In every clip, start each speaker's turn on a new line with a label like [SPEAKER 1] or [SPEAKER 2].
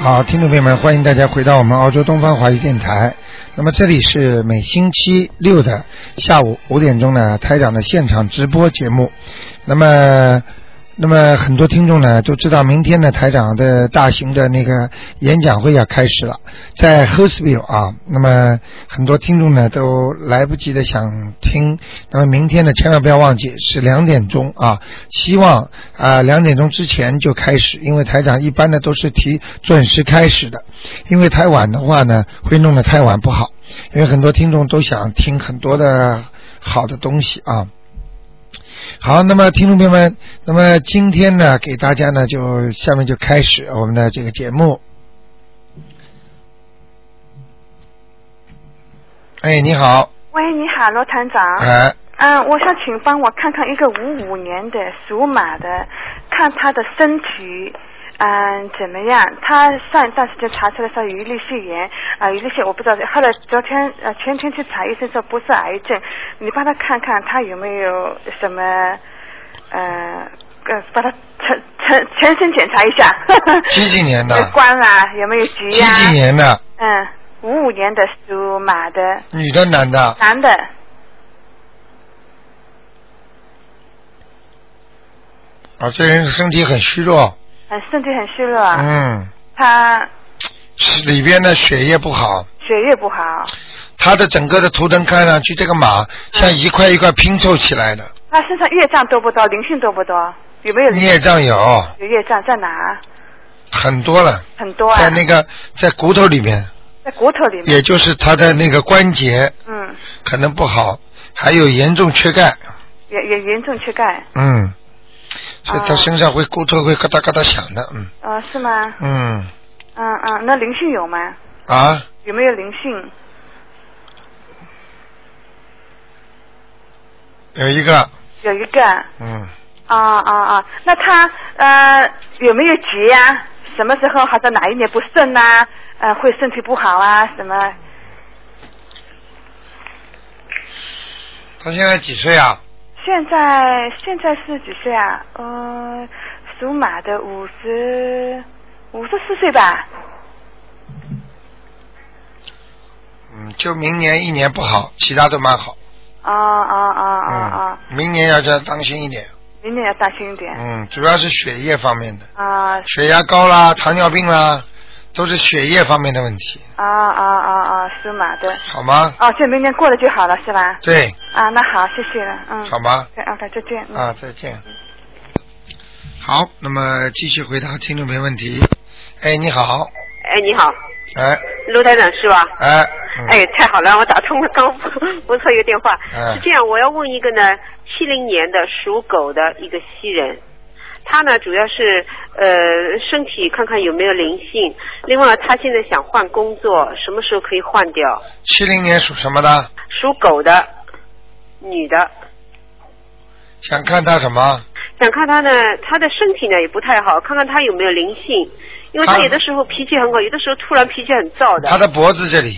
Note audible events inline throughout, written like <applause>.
[SPEAKER 1] 好，听众朋友们，欢迎大家回到我们澳洲东方华语电台。那么这里是每星期六的下午五点钟呢，台长的现场直播节目。那么，那么很多听众呢都知道，明天呢台长的大型的那个演讲会要开始了，在 h e r s v i l l e 啊。那么很多听众呢都来不及的想听，那么明天呢千万不要忘记是两点钟啊，希望啊两点钟之前就开始，因为台长一般呢都是提准时开始的，因为太晚的话呢会弄得太晚不好，因为很多听众都想听很多的好的东西啊。好，那么听众朋友们，那么今天呢，给大家呢，就下面就开始我们的这个节目。哎，你好，
[SPEAKER 2] 喂，你好，罗团长。
[SPEAKER 1] 哎、
[SPEAKER 2] 嗯，我想请帮我看看一个五五年的属马的，看他的身体，嗯，怎么样？他上一段时间查出来说有一粒肺炎，啊、有一粒血，我不知道。后来昨天呃前天去查，医生说不是癌症，你帮他看看他有没有什么，呃，呃，把他全全全身检查一
[SPEAKER 1] <laughs>
[SPEAKER 2] 下。
[SPEAKER 1] 几几年的？
[SPEAKER 2] 关啦，有没有局
[SPEAKER 1] 几
[SPEAKER 2] 呀、
[SPEAKER 1] 几年的？
[SPEAKER 2] 嗯，五五年的属马的
[SPEAKER 1] 女的，男的？
[SPEAKER 2] 男的。
[SPEAKER 1] 啊，这人身体很虚弱，
[SPEAKER 2] 嗯，身体很虚弱啊，
[SPEAKER 1] 嗯，
[SPEAKER 2] 他
[SPEAKER 1] 是里边的血液不好，
[SPEAKER 2] 血液不好，
[SPEAKER 1] 他的整个的图腾看上去这个马像一块一块拼凑起来的，
[SPEAKER 2] 他身上业障多不多？灵性多不多？有没有灵
[SPEAKER 1] 孽障有
[SPEAKER 2] 有业障在哪？
[SPEAKER 1] 很多了，
[SPEAKER 2] 很多啊，
[SPEAKER 1] 在那个在骨头里面。
[SPEAKER 2] 在骨头里面。
[SPEAKER 1] 也就是他的那个关节
[SPEAKER 2] 嗯，
[SPEAKER 1] 可能不好，还有严重缺钙，
[SPEAKER 2] 也也严重缺钙，
[SPEAKER 1] 嗯，所以他
[SPEAKER 2] 哦
[SPEAKER 1] 身上会骨头会嘎哒嘎哒响的，嗯
[SPEAKER 2] 呃，是吗？
[SPEAKER 1] 嗯
[SPEAKER 2] 嗯嗯，那灵性有吗？
[SPEAKER 1] 啊，
[SPEAKER 2] 有没有灵性？
[SPEAKER 1] 有一个，
[SPEAKER 2] 有一个，
[SPEAKER 1] 嗯，
[SPEAKER 2] 啊啊啊，那他呃有没有劫呀、什么时候好像哪一年不顺呐、呃，会身体不好啊？什么？
[SPEAKER 1] 他现在几岁啊？
[SPEAKER 2] 现在现在是几岁啊？呃，属马的五十五十四岁吧。
[SPEAKER 1] 嗯，就明年一年不好，其他都蛮好，
[SPEAKER 2] 啊啊啊
[SPEAKER 1] 嗯，
[SPEAKER 2] 啊啊！
[SPEAKER 1] 明年要再当心一点，
[SPEAKER 2] 明年要当心一点。
[SPEAKER 1] 嗯，主要是血液方面的，
[SPEAKER 2] 啊
[SPEAKER 1] 血压高啦，糖尿病啦，都是血液方面的问题，
[SPEAKER 2] 啊啊啊啊！属马的。
[SPEAKER 1] 好吗？
[SPEAKER 2] 哦，就明年过了就好了，是吧？
[SPEAKER 1] 对，
[SPEAKER 2] 啊，那好，谢谢了，嗯。
[SPEAKER 1] 好吗？
[SPEAKER 2] 对，OK，再见。嗯。
[SPEAKER 1] 啊，再见。好，那么继续回答听众朋友问题。哎，你好，
[SPEAKER 3] 哎，你好，
[SPEAKER 1] 哎
[SPEAKER 3] 卢台长是吧？
[SPEAKER 1] 哎，嗯、
[SPEAKER 3] 哎，太好了，我打通了，刚拨错一个电话。
[SPEAKER 1] 嗯
[SPEAKER 3] 是这样，我要问一个呢，七零年的属狗的一个西人，他呢主要是呃身体看看有没有灵性，另外他现在想换工作，什么时候可以换掉？
[SPEAKER 1] 七零年属什么的？
[SPEAKER 3] 属狗的女的，
[SPEAKER 1] 想看他什么？
[SPEAKER 3] 想看他呢，他的身体呢也不太好，看看他有没有灵性，因为他
[SPEAKER 1] 他
[SPEAKER 3] 有的时候脾气很好，有的时候突然脾气很躁的
[SPEAKER 1] 他，的脖子这里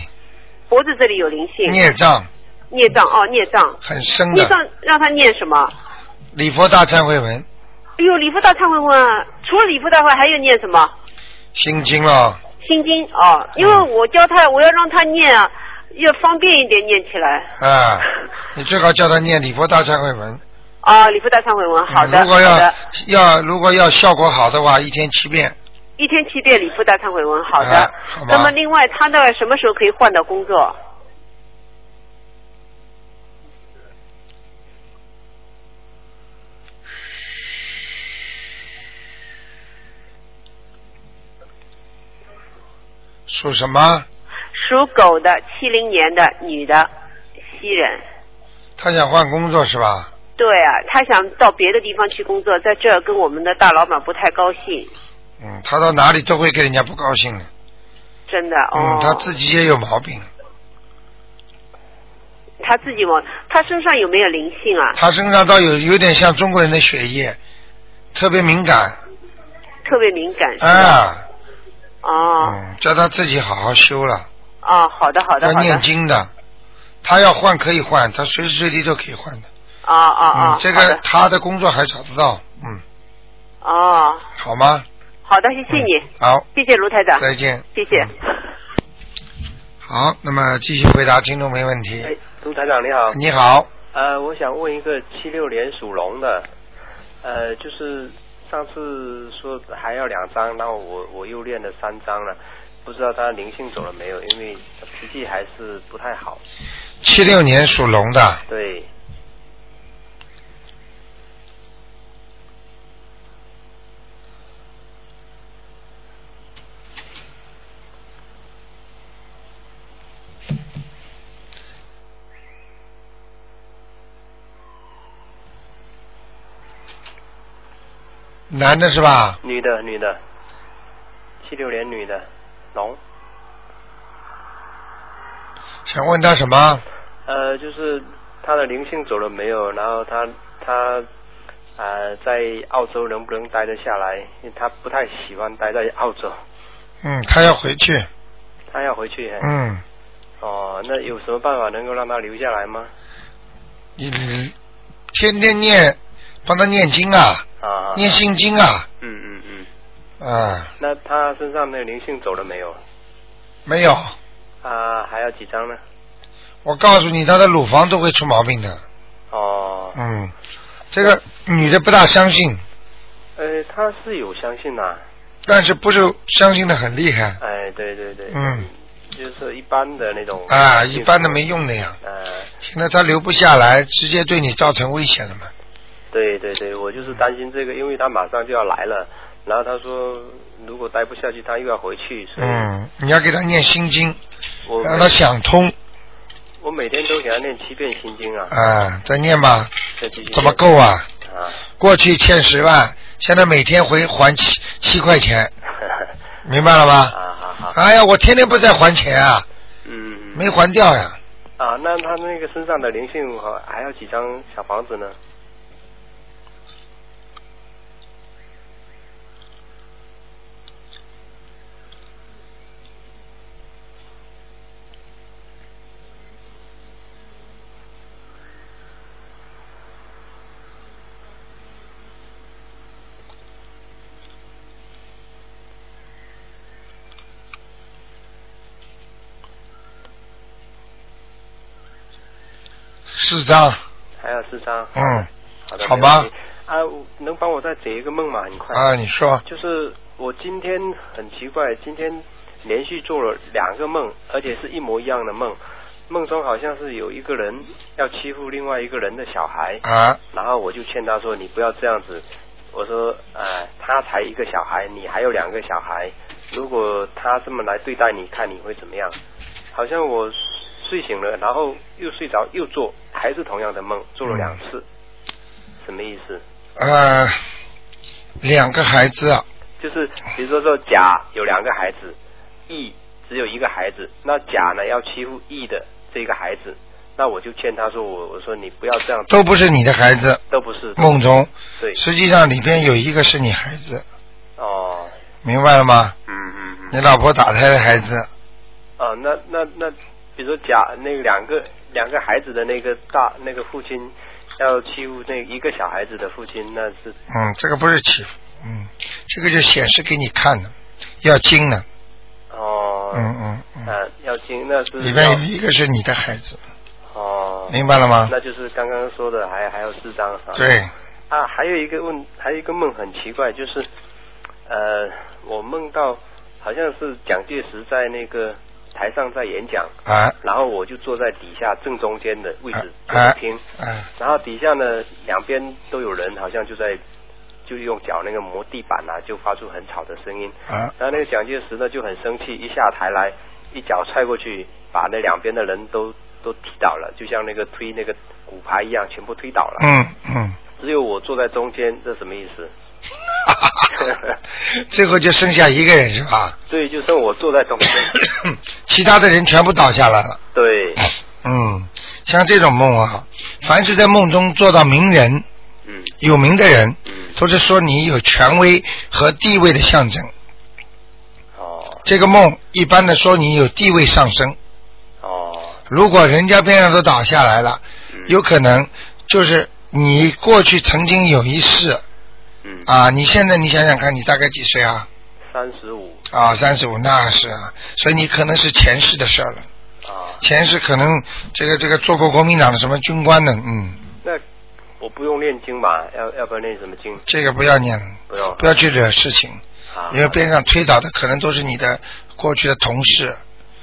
[SPEAKER 3] 脖子这里有灵性，
[SPEAKER 1] 孽障
[SPEAKER 3] 孽障哦，孽障。
[SPEAKER 1] 很深
[SPEAKER 3] 念
[SPEAKER 1] 的，
[SPEAKER 3] 上让他念什么？
[SPEAKER 1] 礼佛大忏悔文、
[SPEAKER 3] 哎呦，礼佛大忏悔文，啊除了礼佛大会还有念什么？
[SPEAKER 1] 心经了。
[SPEAKER 3] 心经哦，
[SPEAKER 1] 嗯
[SPEAKER 3] 因为我教他，我要让他念啊，要方便一点念起来。
[SPEAKER 1] 啊，你最好叫他念礼佛大忏悔文。
[SPEAKER 3] 啊，礼佛大忏悔文，好的，
[SPEAKER 1] 嗯如果
[SPEAKER 3] 好
[SPEAKER 1] 要
[SPEAKER 3] 的，
[SPEAKER 1] 要如果要效果好的话，一天七遍。
[SPEAKER 3] 一天七遍礼佛大忏悔文，好的。
[SPEAKER 1] 哎好吧
[SPEAKER 3] 那么另外，他呢，什么时候可以换到工作？
[SPEAKER 1] 属什么？
[SPEAKER 3] 属狗的，七零年的女的，西人。
[SPEAKER 1] 他想换工作是吧？
[SPEAKER 3] 对啊，他想到别的地方去工作，在这儿跟我们的大老板不太高兴，
[SPEAKER 1] 嗯，他到哪里都会给人家不高兴的。
[SPEAKER 3] 真的哦
[SPEAKER 1] 嗯，。他自己也有毛病。
[SPEAKER 3] 他自己往他身上有没有灵性啊？
[SPEAKER 1] 他身上倒有有点像中国人的血液，特别敏感
[SPEAKER 3] 特别敏感是吧？
[SPEAKER 1] 啊。
[SPEAKER 3] 哦
[SPEAKER 1] 嗯，叫他自己好好修了，
[SPEAKER 3] 哦，好的好的
[SPEAKER 1] 要
[SPEAKER 3] 好
[SPEAKER 1] 念
[SPEAKER 3] 的，
[SPEAKER 1] 经的。他要换可以换，他随时随地都可以换的。
[SPEAKER 3] 哦哦哦
[SPEAKER 1] 嗯，，这
[SPEAKER 3] 好
[SPEAKER 1] 个
[SPEAKER 3] 的
[SPEAKER 1] 他的工作还找得到，嗯，
[SPEAKER 3] 哦
[SPEAKER 1] 好吗？
[SPEAKER 3] 好的，谢谢你，
[SPEAKER 1] 好，
[SPEAKER 3] 谢谢卢台长，
[SPEAKER 1] 嗯再见。
[SPEAKER 3] 谢谢。
[SPEAKER 1] 好，那么继续回答听众朋友问题。
[SPEAKER 4] 哎，卢台长你好，
[SPEAKER 1] 你好，
[SPEAKER 4] 呃，我想问一个七六年属龙的，呃，就是上次说还要两张，然后我我又练了三张了，不知道他灵性走了没有，因为脾气还是不太好。
[SPEAKER 1] 七六年属龙的，
[SPEAKER 4] 对，
[SPEAKER 1] 男的是吧？
[SPEAKER 4] 女的女的，七六年女的龙，
[SPEAKER 1] 想问他什么？
[SPEAKER 4] 呃，就是他的灵性走了没有，然后他他。呃，在澳洲能不能待得下来？因为他不太喜欢待在澳洲，
[SPEAKER 1] 嗯，他要回去。
[SPEAKER 3] 哎
[SPEAKER 4] 他要回去。
[SPEAKER 1] 嗯，
[SPEAKER 4] 哦，那有什么办法能够让他留下来吗？
[SPEAKER 1] 你你天天念，帮他念经啊，
[SPEAKER 4] 啊，
[SPEAKER 1] 念心经啊，
[SPEAKER 4] 嗯嗯嗯，
[SPEAKER 1] 啊，
[SPEAKER 4] 那他身上那个灵性走了没有？
[SPEAKER 1] 没有，
[SPEAKER 4] 啊，还有几张呢？
[SPEAKER 1] 我告诉你，他的乳房都会出毛病的。
[SPEAKER 4] 哦，
[SPEAKER 1] 嗯，这个女的不大相信，
[SPEAKER 4] 呃，他是有相信呐、啊
[SPEAKER 1] 但是不是相信的很厉害
[SPEAKER 4] 哎，对对对，
[SPEAKER 1] 嗯，
[SPEAKER 4] 就是一般的那种
[SPEAKER 1] 啊，一般的没，用的呀。
[SPEAKER 4] 呃，
[SPEAKER 1] 现在她留不下来，直接对你造成危险了嘛。
[SPEAKER 4] 对对对，我就是担心这个，因为他马上就要来了，然后他说如果待不下去，他又要回去，所以
[SPEAKER 1] 嗯，你要给她念心经，
[SPEAKER 4] 我
[SPEAKER 1] 让她啊想通
[SPEAKER 4] 我每天都给他念七遍心经啊，
[SPEAKER 1] 啊，再念吧，
[SPEAKER 4] 再继续
[SPEAKER 1] 怎么够啊？
[SPEAKER 4] 念啊？
[SPEAKER 1] 过去欠十万，现在每天回还七七块钱，明白了吧？
[SPEAKER 4] 啊好好，
[SPEAKER 1] 哎呀，我天天不在还钱啊，
[SPEAKER 4] 嗯，嗯
[SPEAKER 1] 没还掉呀。
[SPEAKER 4] 啊，那他那个身上的灵性和还有几张小房子呢？
[SPEAKER 1] 四张，
[SPEAKER 4] 还有四张。
[SPEAKER 1] 嗯，
[SPEAKER 4] 好的，
[SPEAKER 1] 好吧
[SPEAKER 4] 没问题。啊，我能帮我再解一个梦吗？很快。
[SPEAKER 1] 啊，你说，
[SPEAKER 4] 就是我今天很奇怪，今天连续做了两个梦，而且是一模一样的梦。梦中好像是有一个人要欺负另外一个人的小孩，
[SPEAKER 1] 啊，
[SPEAKER 4] 然后我就劝他说：“你不要这样子。”我说：“呃，他才一个小孩，你还有两个小孩，如果他这么来对待你，看你会怎么样？”好像我睡醒了，然后又睡着，又做，还是同样的梦，做了两次，
[SPEAKER 1] 嗯
[SPEAKER 4] 什么意思？
[SPEAKER 1] 呃，两个孩子啊，
[SPEAKER 4] 就是比如说说甲有两个孩子，乙只有一个孩子，那甲呢要欺负乙的这个孩子，那我就劝他说我我说你不要这样，
[SPEAKER 1] 都不是你的孩子，
[SPEAKER 4] 都不是
[SPEAKER 1] 梦中，
[SPEAKER 4] 对
[SPEAKER 1] 实际上里边有一个是你孩子，
[SPEAKER 4] 哦，
[SPEAKER 1] 明白了吗？
[SPEAKER 4] 嗯嗯
[SPEAKER 1] 你老婆打胎的孩子，
[SPEAKER 4] 啊那那那比如说甲那两个两个孩子的那个大那个父亲要欺负那一个小孩子的父亲，那是
[SPEAKER 1] 嗯，这个不是欺负，嗯，这个就显示给你看的，要精的，
[SPEAKER 4] 哦
[SPEAKER 1] 嗯嗯嗯，
[SPEAKER 4] 啊要经那是
[SPEAKER 1] 里
[SPEAKER 4] 要
[SPEAKER 1] 边有一个是你的孩子，
[SPEAKER 4] 哦，
[SPEAKER 1] 明白了吗？
[SPEAKER 4] 那就是刚刚说的还还有四张啊，
[SPEAKER 1] 对，
[SPEAKER 4] 啊，还有一个问，还有一个梦很奇怪，就是，呃，我梦到好像是蒋介石在那个台上在演讲，
[SPEAKER 1] 啊
[SPEAKER 4] 然后我就坐在底下正中间的位
[SPEAKER 1] 啊
[SPEAKER 4] 置坐着
[SPEAKER 1] 啊
[SPEAKER 4] 听，
[SPEAKER 1] 啊，
[SPEAKER 4] 然后底下呢两边都有人，好像就在就用脚那个磨地板啊，就发出很吵的声音。
[SPEAKER 1] 啊
[SPEAKER 4] 然后那个蒋介石呢就很生气，一下台来，一脚踹过去，把那两边的人都都踢倒了，就像那个推那个骨牌一样，全部推倒了。
[SPEAKER 1] 嗯嗯，
[SPEAKER 4] 只有我坐在中间，这什么意思？
[SPEAKER 1] 最后就剩下一个人是吧？
[SPEAKER 4] 对，就剩我坐在中间。
[SPEAKER 1] 其他的人全部倒下来了。
[SPEAKER 4] <laughs> 对，
[SPEAKER 1] 嗯，像这种梦啊，凡是在梦中做到名人、
[SPEAKER 4] 嗯
[SPEAKER 1] 有名的人，
[SPEAKER 4] 嗯，
[SPEAKER 1] 都是说你有权威和地位的象征。
[SPEAKER 4] 哦
[SPEAKER 1] 这个梦一般的说你有地位上升，
[SPEAKER 4] 哦，
[SPEAKER 1] 如果人家边上都倒下来了，
[SPEAKER 4] 嗯
[SPEAKER 1] 有可能就是你过去曾经有一世
[SPEAKER 4] 嗯
[SPEAKER 1] 啊。你现在你想想看，你大概几岁啊？
[SPEAKER 4] 三十五
[SPEAKER 1] 啊，三十五那是啊，所以你可能是前世的事儿了，
[SPEAKER 4] 啊，
[SPEAKER 1] 前世可能这个这个做过国民党的什么军官呢，嗯，
[SPEAKER 4] 那我不用念经吧？要要不要念什么经？
[SPEAKER 1] 这个不要念了，
[SPEAKER 4] 不用
[SPEAKER 1] 不要去惹事情，
[SPEAKER 4] 啊，
[SPEAKER 1] 因为边上推倒的可能都是你的过去的同事，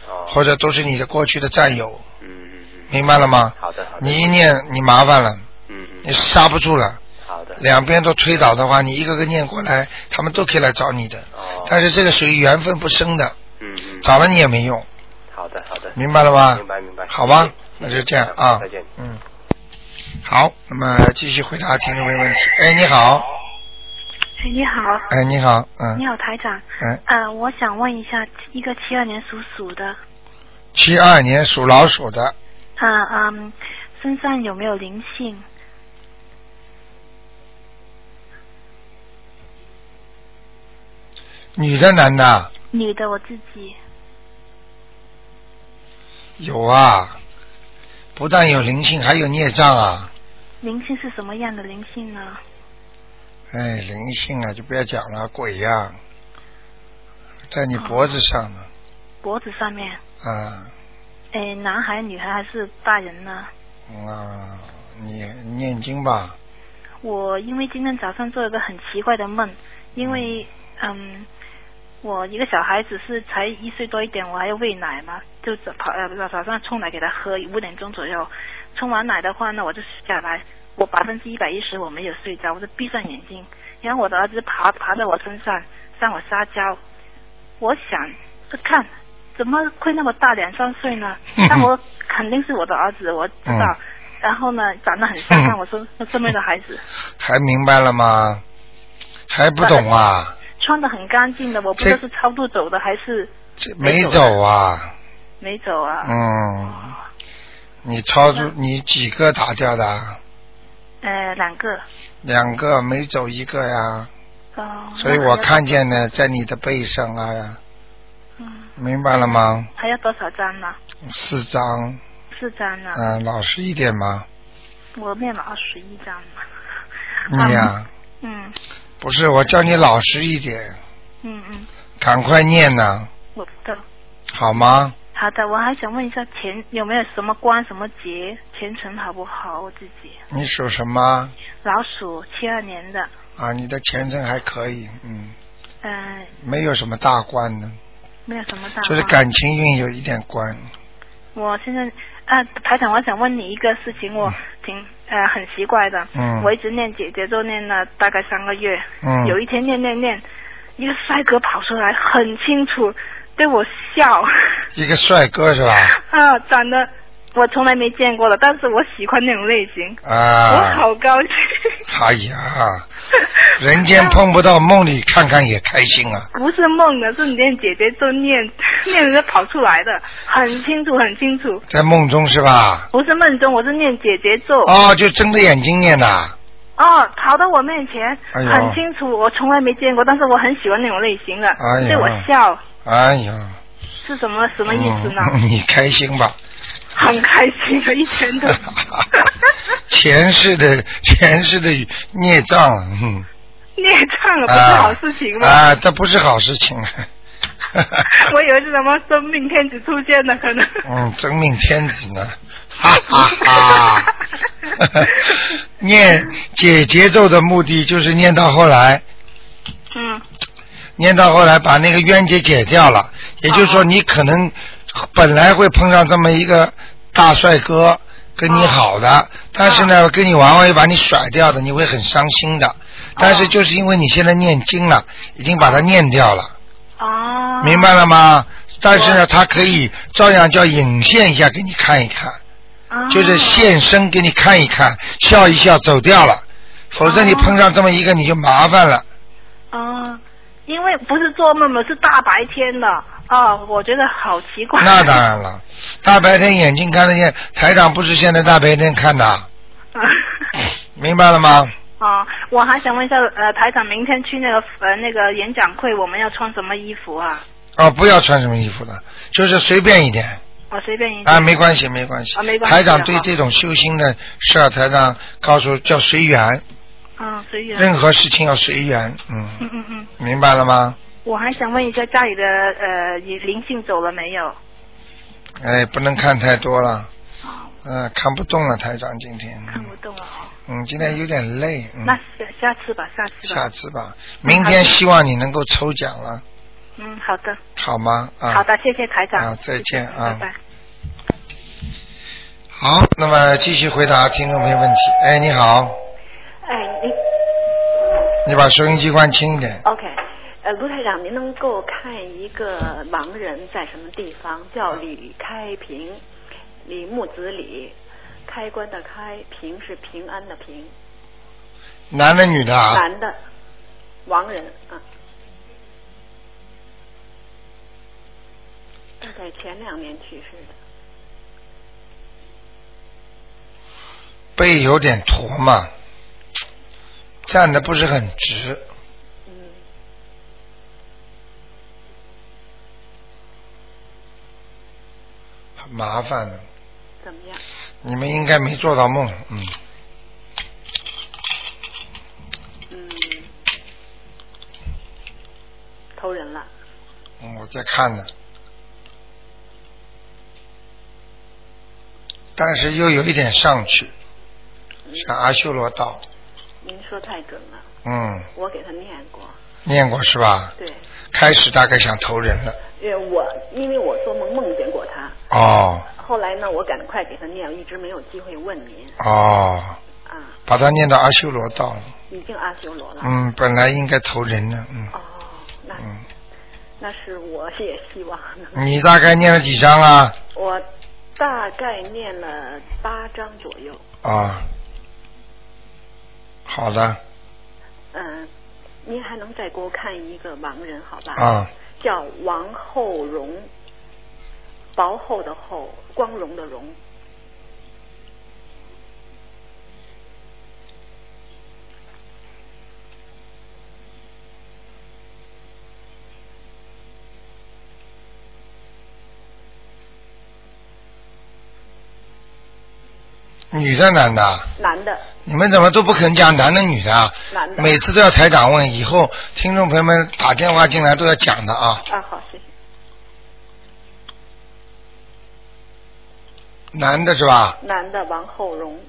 [SPEAKER 4] 哦，
[SPEAKER 1] 或者都是你的过去的战友，
[SPEAKER 4] 嗯嗯嗯，
[SPEAKER 1] 明白了吗？
[SPEAKER 4] 好的好的，
[SPEAKER 1] 你一念你麻烦了，
[SPEAKER 4] 嗯
[SPEAKER 1] 你
[SPEAKER 4] 嗯，
[SPEAKER 1] 刹不住了，
[SPEAKER 4] 好的，
[SPEAKER 1] 两边都推倒的话，你一个个念过来，他们都可以来找你的，
[SPEAKER 4] 哦，
[SPEAKER 1] 但是这个属于缘分不深的，
[SPEAKER 4] 嗯嗯，
[SPEAKER 1] 找了你也没用，
[SPEAKER 4] 好的好的，
[SPEAKER 1] 明白了吧？
[SPEAKER 4] 明白明白，
[SPEAKER 1] 好吧，
[SPEAKER 4] 谢
[SPEAKER 1] 那
[SPEAKER 4] 谢
[SPEAKER 1] 就这样啊。
[SPEAKER 4] 再见。
[SPEAKER 1] 嗯，好，那么继续回答听众朋友问题。哎，你好，
[SPEAKER 5] 哎，你好，
[SPEAKER 1] 哎，你好，嗯
[SPEAKER 5] 你，好台长，
[SPEAKER 1] 哎，
[SPEAKER 5] 呃，我想问一下，一个七二年属鼠的，
[SPEAKER 1] 七二年属老鼠的，
[SPEAKER 5] 啊、嗯，身上有没有灵性？
[SPEAKER 1] 女的男的？
[SPEAKER 5] 女的我自己，
[SPEAKER 1] 有啊，不但有灵性，还有孽障啊。
[SPEAKER 5] 灵性是什么样的灵性呢？
[SPEAKER 1] 哎，灵性啊，就不要讲了，鬼呀、在你脖子上呢，
[SPEAKER 5] 脖子上面，
[SPEAKER 1] 啊，
[SPEAKER 5] 哎，男孩、女孩还是大人呢？
[SPEAKER 1] 嗯啊，你念经吧，？
[SPEAKER 5] 我因为今天早上做了个很奇怪的梦，因为嗯，我一个小孩子是才一岁多一点，我还要喂奶嘛，就早跑呃早早上冲奶给他喝，五点钟左右，冲完奶的话呢，我就下来，我百分之一百一十我没有睡着，我就闭上眼睛，然后我的儿子爬爬到我身上向我撒娇，我想这看怎么会那么大两三岁呢但我肯定是我的儿子，我知道。
[SPEAKER 1] 嗯
[SPEAKER 5] 然后呢，长得很像，像我身身边的孩子，
[SPEAKER 1] 还明白了吗？还不懂啊？
[SPEAKER 5] 穿的很干净的，我不知道
[SPEAKER 1] 这
[SPEAKER 5] 是超度走的还是
[SPEAKER 1] 这没走啊，
[SPEAKER 5] 没走啊。
[SPEAKER 1] 嗯，你超出你几个打掉的啊？
[SPEAKER 5] 呃，两个。
[SPEAKER 1] 两个没走一个呀，
[SPEAKER 5] 哦。
[SPEAKER 1] 所以
[SPEAKER 5] 那还
[SPEAKER 1] 我
[SPEAKER 5] 要
[SPEAKER 1] 看见呢，在你的背上啊，
[SPEAKER 5] 嗯，
[SPEAKER 1] 明白了吗？
[SPEAKER 5] 还要多少张呢？
[SPEAKER 1] 四张，
[SPEAKER 5] 四张呢
[SPEAKER 1] 嗯、。老实一点嘛。
[SPEAKER 5] 我念了二十一张嘛。
[SPEAKER 1] 你
[SPEAKER 5] 啊
[SPEAKER 1] 呀、
[SPEAKER 5] 嗯
[SPEAKER 1] 不是我叫你老实一点，
[SPEAKER 5] 嗯嗯，
[SPEAKER 1] 赶快念呐、
[SPEAKER 5] 我不知道。
[SPEAKER 1] 好吗？
[SPEAKER 5] 好的，我还想问一下前有没有什么关什么节前程好不好？我自己
[SPEAKER 1] 你属什么
[SPEAKER 5] 老鼠七二年的，
[SPEAKER 1] 啊？你的前程还可以，嗯，
[SPEAKER 5] 嗯，
[SPEAKER 1] 没有什么大关呢，
[SPEAKER 5] 啊没有什么大。
[SPEAKER 1] 就是感情运有一点关。
[SPEAKER 5] 我现在啊，台长，我想问你一个事情，我挺呃很奇怪的。
[SPEAKER 1] 嗯
[SPEAKER 5] 我一直念姐姐，就念了大概三个月。
[SPEAKER 1] 嗯
[SPEAKER 5] 有一天念念念，一个帅哥跑出来，很清楚对我笑。 <laughs>
[SPEAKER 1] 一个帅哥是吧？
[SPEAKER 5] 啊，长得我从来没见过的，但是我喜欢那种类型，
[SPEAKER 1] 啊。
[SPEAKER 5] 我好高兴。 <laughs>
[SPEAKER 1] 哎呀，人间碰不到，梦里看看也开心啊！
[SPEAKER 5] 不是梦的，是你念姐姐就念 <laughs> 念着跑出来的，很清楚很清楚，
[SPEAKER 1] 在梦中是吧？
[SPEAKER 5] 不是梦中，我是念姐姐咒。
[SPEAKER 1] 哦，就睁着眼睛念呐。
[SPEAKER 5] 哦，跑到我面前，
[SPEAKER 1] 哎呦
[SPEAKER 5] 很清楚，我从来没见过，但是我很喜欢那种类型的，
[SPEAKER 1] 哎呦
[SPEAKER 5] 对我笑
[SPEAKER 1] 哎呀，
[SPEAKER 5] 是什么什么意思呢？
[SPEAKER 1] 嗯 <laughs> 你开心吧？
[SPEAKER 5] <laughs> 很开心的，一
[SPEAKER 1] <laughs>
[SPEAKER 5] 天都。
[SPEAKER 1] 前世的前世的孽障，嗯，
[SPEAKER 5] 你也唱了，不
[SPEAKER 1] 啊
[SPEAKER 5] 是好事情吗？
[SPEAKER 1] 啊，这不是好事情。
[SPEAKER 5] <laughs>
[SPEAKER 1] 啊
[SPEAKER 5] 我以为是什么生命天子出现了，可能。
[SPEAKER 1] 嗯，真命天子呢， <laughs>
[SPEAKER 5] <laughs>
[SPEAKER 1] 哈哈哈！念解节奏的目的就是念到后来，
[SPEAKER 5] 嗯，
[SPEAKER 1] 念到后来把那个冤结解掉了，也就是说你可能本来会碰上这么一个大帅哥跟你好的，但是呢、跟你玩玩又把你甩掉的，你会很伤心的。但是就是因为你现在念经了，已经把它念掉了，
[SPEAKER 5] 哦。
[SPEAKER 1] 明白了吗？但是呢，他可以照样叫引现一下给你看一看，
[SPEAKER 4] 啊
[SPEAKER 5] 哦。
[SPEAKER 1] 就是现身给你看一看，笑一笑走掉了，否则你碰上这么一个你就麻烦了。
[SPEAKER 5] 哦，因为不是做梦了，是大白天的。哦，我觉得好奇怪。
[SPEAKER 1] 那
[SPEAKER 5] <laughs>
[SPEAKER 1] 当然了，大白天眼睛看得见，台长不是现在大白天看的，明白了吗？
[SPEAKER 5] 啊，我还想问一下，呃，台长，明天去那个呃那个演讲会，我们要穿什么衣服啊？
[SPEAKER 1] 哦，不要穿什么衣服的，就是随便一点
[SPEAKER 5] 我哦随便一
[SPEAKER 1] 啊，没关系，没关系。
[SPEAKER 5] 啊没关系
[SPEAKER 1] 台长对
[SPEAKER 5] 好
[SPEAKER 1] 这种修心的事儿，台长告诉叫随缘，
[SPEAKER 5] 嗯，随缘。
[SPEAKER 1] 任何事情要随缘，嗯，
[SPEAKER 5] 嗯嗯嗯，
[SPEAKER 1] 明白了吗？
[SPEAKER 5] 我还想问一下家里的呃灵性走了没有？
[SPEAKER 1] 哎，不能看太多了，嗯、看不动了，台长今天，
[SPEAKER 5] 哦看不动了哦。
[SPEAKER 1] 嗯，今天有点累，嗯
[SPEAKER 5] 那，下下次吧，下次吧。
[SPEAKER 1] 下次吧，明天希望你能够抽奖了，
[SPEAKER 5] 嗯，好的，
[SPEAKER 1] 好吗？啊，
[SPEAKER 5] 好的，谢谢台长
[SPEAKER 1] 啊。再见啊
[SPEAKER 5] 拜拜。
[SPEAKER 1] 好，那么继续回答听众朋友问题。哎，你好，
[SPEAKER 6] 哎，你
[SPEAKER 1] 你把收音机关轻一点。
[SPEAKER 6] OK？呃，卢台长，您能给我看一个盲人在什么地方？叫李开平，李木子李，开关的开，平是平安的平，
[SPEAKER 1] 男的女的啊？
[SPEAKER 6] 男的，盲人啊。大概前两年去世的，
[SPEAKER 1] 背有点驼嘛，站的不是很直。
[SPEAKER 6] 嗯，
[SPEAKER 1] 很麻烦的。
[SPEAKER 6] 怎么样？
[SPEAKER 1] 你们应该没做到梦，嗯，
[SPEAKER 6] 嗯，投人了，
[SPEAKER 1] 嗯我在看呢，但是又有一点上去，像阿修罗道，
[SPEAKER 6] 您说太准了，
[SPEAKER 1] 嗯，
[SPEAKER 6] 我给他念过，
[SPEAKER 1] 念过是吧？
[SPEAKER 6] 对。
[SPEAKER 1] 开始大概想投人了，
[SPEAKER 6] 呃，我因为我做梦梦见过他，
[SPEAKER 1] 哦
[SPEAKER 6] 后来呢，我赶快给他念，一直没有机会问您
[SPEAKER 1] 哦，
[SPEAKER 6] 啊，
[SPEAKER 1] 把它念到阿修罗道了，
[SPEAKER 6] 已经阿修罗了。
[SPEAKER 1] 嗯，本来应该投人的，嗯
[SPEAKER 6] 哦，那、
[SPEAKER 1] 嗯，
[SPEAKER 6] 那是我也希望能。
[SPEAKER 1] 你大概念了几张啊？
[SPEAKER 6] 我大概念了八章左右，
[SPEAKER 1] 啊，好的，
[SPEAKER 6] 嗯，您还能再给我看一个盲人好吧？
[SPEAKER 1] 啊，
[SPEAKER 6] 叫王厚荣，薄厚的厚，光荣的荣。
[SPEAKER 1] 女的男的啊？
[SPEAKER 6] 男的，
[SPEAKER 1] 你们怎么都不肯讲男的女的啊？
[SPEAKER 6] 男的
[SPEAKER 1] 每次都要台长问，以后听众朋友们打电话进来都要讲的啊。
[SPEAKER 6] 啊，好，谢谢。
[SPEAKER 1] 男的是吧？
[SPEAKER 6] 男的王厚荣，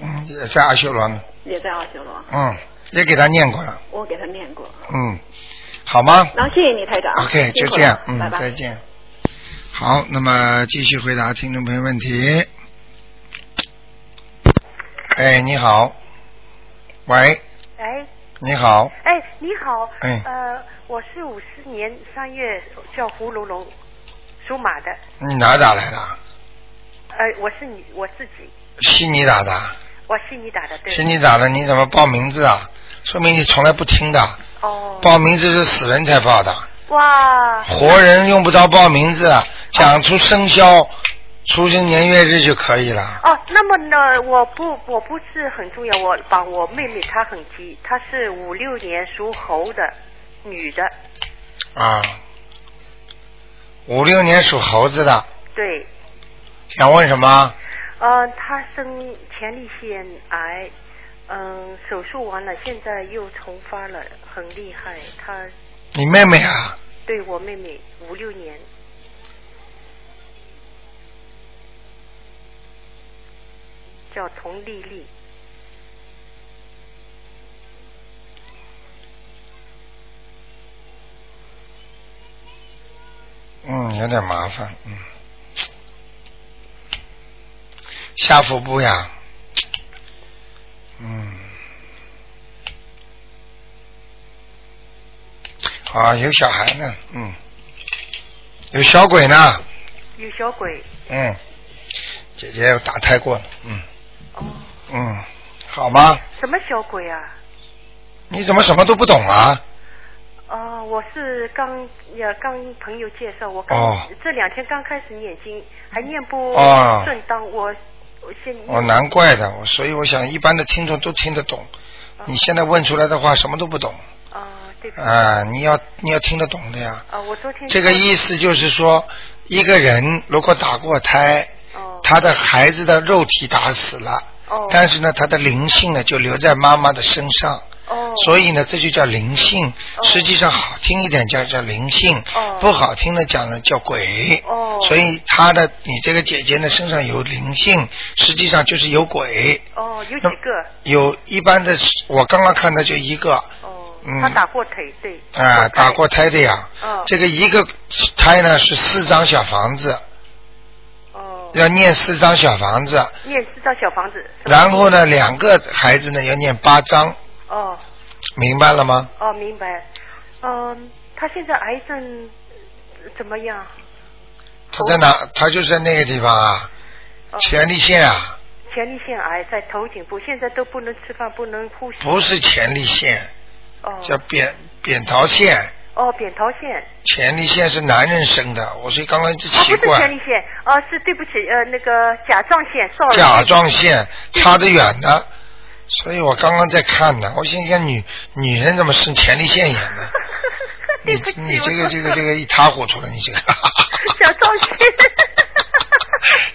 [SPEAKER 1] 嗯，也在阿修罗呢。
[SPEAKER 6] 也在阿修罗，
[SPEAKER 1] 嗯，也给他念过了。
[SPEAKER 6] 我给他念过。
[SPEAKER 1] 嗯，好吗
[SPEAKER 6] 然后谢谢你台长
[SPEAKER 1] OK，
[SPEAKER 6] 辛
[SPEAKER 1] 就
[SPEAKER 6] 苦
[SPEAKER 1] 这样
[SPEAKER 6] 了，
[SPEAKER 1] 嗯
[SPEAKER 6] 拜，拜
[SPEAKER 1] 再见。好，那么继续回答听众朋友问题。哎，你好，喂，
[SPEAKER 7] 哎
[SPEAKER 1] 你好，
[SPEAKER 7] 哎，你好，
[SPEAKER 1] 哎
[SPEAKER 7] 呃，我是五四年三月叫胡龙龙，属马的，
[SPEAKER 1] 你哪打来的？
[SPEAKER 7] 呃，我是你我自己，
[SPEAKER 1] 悉尼打的，
[SPEAKER 7] 我悉尼打的，对，
[SPEAKER 1] 悉尼打的，你怎么报名字啊？说明你从来不听的。
[SPEAKER 7] 哦，
[SPEAKER 1] 报名字是死人才报的，
[SPEAKER 7] 哇，
[SPEAKER 1] 活人用不着报名字，讲出生肖、出生年月日就可以了。
[SPEAKER 7] 哦，那么呢，我不我不是很重要，我把我妹妹她很急，她是五六年属猴的女的，
[SPEAKER 1] 啊，五六年属猴子的，
[SPEAKER 7] 对，
[SPEAKER 1] 想问什么？
[SPEAKER 7] 呃，她生前列腺癌，嗯、手术完了，现在又重发了，很厉害，她
[SPEAKER 1] 你妹妹啊，
[SPEAKER 7] 对我妹妹五六年。叫童丽丽，
[SPEAKER 1] 嗯，有点麻烦，嗯，下腹部呀，嗯，啊，有小孩呢，嗯，有小鬼呢，
[SPEAKER 7] 有小鬼
[SPEAKER 1] 嗯，姐姐打胎过了，嗯
[SPEAKER 7] 哦，
[SPEAKER 1] 嗯，好吗？
[SPEAKER 7] 什么小鬼啊？
[SPEAKER 1] 你怎么什么都不懂啊？
[SPEAKER 7] 啊、我是刚也刚朋友介绍，我刚、
[SPEAKER 1] 哦
[SPEAKER 7] 这两天刚开始念经，还念不
[SPEAKER 1] 哦
[SPEAKER 7] 顺当，我我有一些
[SPEAKER 1] 哦，难怪的，我所以我想一般的听众都听得懂。你现在问出来的话什么都不懂
[SPEAKER 7] 啊，哦对不起
[SPEAKER 1] 啊，你要你要听得懂的呀。
[SPEAKER 7] 啊，我昨天
[SPEAKER 1] 这个意思就是说，一个人如果打过胎，
[SPEAKER 7] 哦
[SPEAKER 1] 他的孩子的肉体打死了，
[SPEAKER 7] 哦
[SPEAKER 1] 但是呢，他的灵性呢就留在妈妈的身上。
[SPEAKER 7] 哦
[SPEAKER 1] 所以呢，这就叫灵性。
[SPEAKER 7] 哦
[SPEAKER 1] 实际上好听一点叫叫灵性，
[SPEAKER 7] 哦
[SPEAKER 1] 不好听的讲呢叫鬼。
[SPEAKER 7] 哦
[SPEAKER 1] 所以她的你这个姐姐呢身上有灵性，实际上就是有鬼。
[SPEAKER 7] 哦有
[SPEAKER 1] 那
[SPEAKER 7] 几个
[SPEAKER 1] 有一般的，我刚刚看到就一个。
[SPEAKER 7] 哦
[SPEAKER 1] 嗯，
[SPEAKER 7] 他打过腿对
[SPEAKER 1] 啊，打
[SPEAKER 7] 过
[SPEAKER 1] 过胎的呀。
[SPEAKER 7] 哦
[SPEAKER 1] 这个一个胎呢是四张小房子，
[SPEAKER 7] 胎哦
[SPEAKER 1] 要念四张小房子，
[SPEAKER 7] 念四张小房子
[SPEAKER 1] 然后呢两个孩子呢要念八张，
[SPEAKER 7] 哦
[SPEAKER 1] 明白了吗？
[SPEAKER 7] 哦明白嗯他现在癌症呃怎么样
[SPEAKER 1] 他在哪？他就在那个地方啊，
[SPEAKER 7] 哦
[SPEAKER 1] 前列腺啊，
[SPEAKER 7] 前列腺癌在头颈部现在都不能吃饭不能呼吸
[SPEAKER 1] 不是前列腺，
[SPEAKER 7] 哦
[SPEAKER 1] 叫扁扁桃腺。
[SPEAKER 7] 哦扁桃腺
[SPEAKER 1] 前列腺是男人生的，我所以刚刚一直
[SPEAKER 7] 啊
[SPEAKER 1] 奇
[SPEAKER 7] 不是前
[SPEAKER 1] 怪，
[SPEAKER 7] 列腺哦是对不起呃那个甲状腺 sorry
[SPEAKER 1] 甲状腺差得远的，所以我刚刚在看呢，我心想女女人怎么生前列腺炎
[SPEAKER 7] <laughs>
[SPEAKER 1] 呢？你
[SPEAKER 7] 对不起
[SPEAKER 1] 你这
[SPEAKER 7] 我
[SPEAKER 1] 个这个这个一塌糊涂了，你
[SPEAKER 7] <laughs>
[SPEAKER 1] 这个
[SPEAKER 7] 甲
[SPEAKER 1] <laughs>
[SPEAKER 7] 状 <laughs> 腺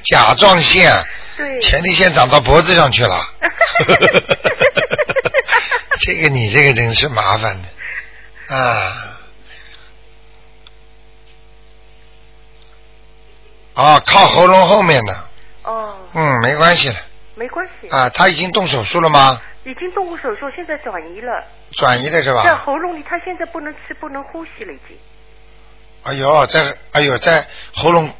[SPEAKER 1] 甲状腺
[SPEAKER 7] 对
[SPEAKER 1] 前列腺长到脖子上去
[SPEAKER 7] <laughs>
[SPEAKER 1] 了，这个你这个真是麻烦的啊！啊，靠喉咙后面的，
[SPEAKER 7] 哦
[SPEAKER 1] 嗯，没关系了
[SPEAKER 7] 没关系
[SPEAKER 1] 啊。他已经动手术了吗？
[SPEAKER 7] 已经动过手术现在转移了。
[SPEAKER 1] 转移的是
[SPEAKER 7] 在
[SPEAKER 1] 吧？
[SPEAKER 7] 喉咙里，他现在不能吃，不能呼吸了，已经。
[SPEAKER 1] 哎呦，在哎呦，在喉咙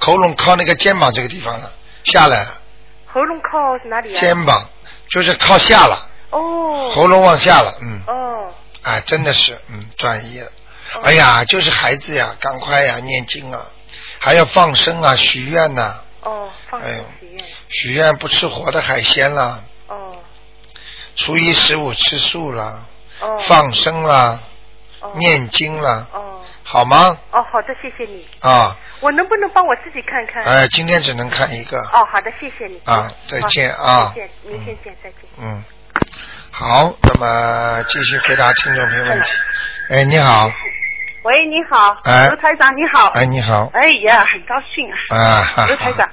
[SPEAKER 1] 喉咙靠那个肩膀这个地方了，下来了，
[SPEAKER 7] 喉咙靠哪里啊？
[SPEAKER 1] 肩膀就是靠下了，
[SPEAKER 7] 哦
[SPEAKER 1] 喉咙往下了，嗯。
[SPEAKER 7] 哦
[SPEAKER 1] 啊，真的是，嗯，转移了。哎呀，就是孩子呀，赶快呀，念经啊，还要放生啊，许愿呐、
[SPEAKER 7] 哦，放
[SPEAKER 1] 哎呦
[SPEAKER 7] 生许愿。
[SPEAKER 1] 许愿不吃活的海鲜啦，
[SPEAKER 7] 哦
[SPEAKER 1] 初一十五吃素啦，
[SPEAKER 7] 哦。
[SPEAKER 1] 放生啦，
[SPEAKER 7] 哦
[SPEAKER 1] 念经啦，
[SPEAKER 7] 哦
[SPEAKER 1] 好吗？
[SPEAKER 7] 哦，好的，谢谢你。
[SPEAKER 1] 啊，
[SPEAKER 7] 我能不能帮我自己看看？
[SPEAKER 1] 哎，今天只能看一个，
[SPEAKER 7] 哦，好的，谢谢你。
[SPEAKER 1] 啊再见
[SPEAKER 7] 好
[SPEAKER 1] 啊
[SPEAKER 7] 再见，明天见，再见。
[SPEAKER 1] 嗯，好，那么继续回答听众朋友问题。哎，你好，
[SPEAKER 8] 喂，你好，
[SPEAKER 1] 哎
[SPEAKER 8] 刘台长，你好。
[SPEAKER 1] 哎，你好，
[SPEAKER 8] 哎呀，很高兴啊，
[SPEAKER 1] 啊，哈
[SPEAKER 8] 刘台
[SPEAKER 1] 哈
[SPEAKER 8] 长，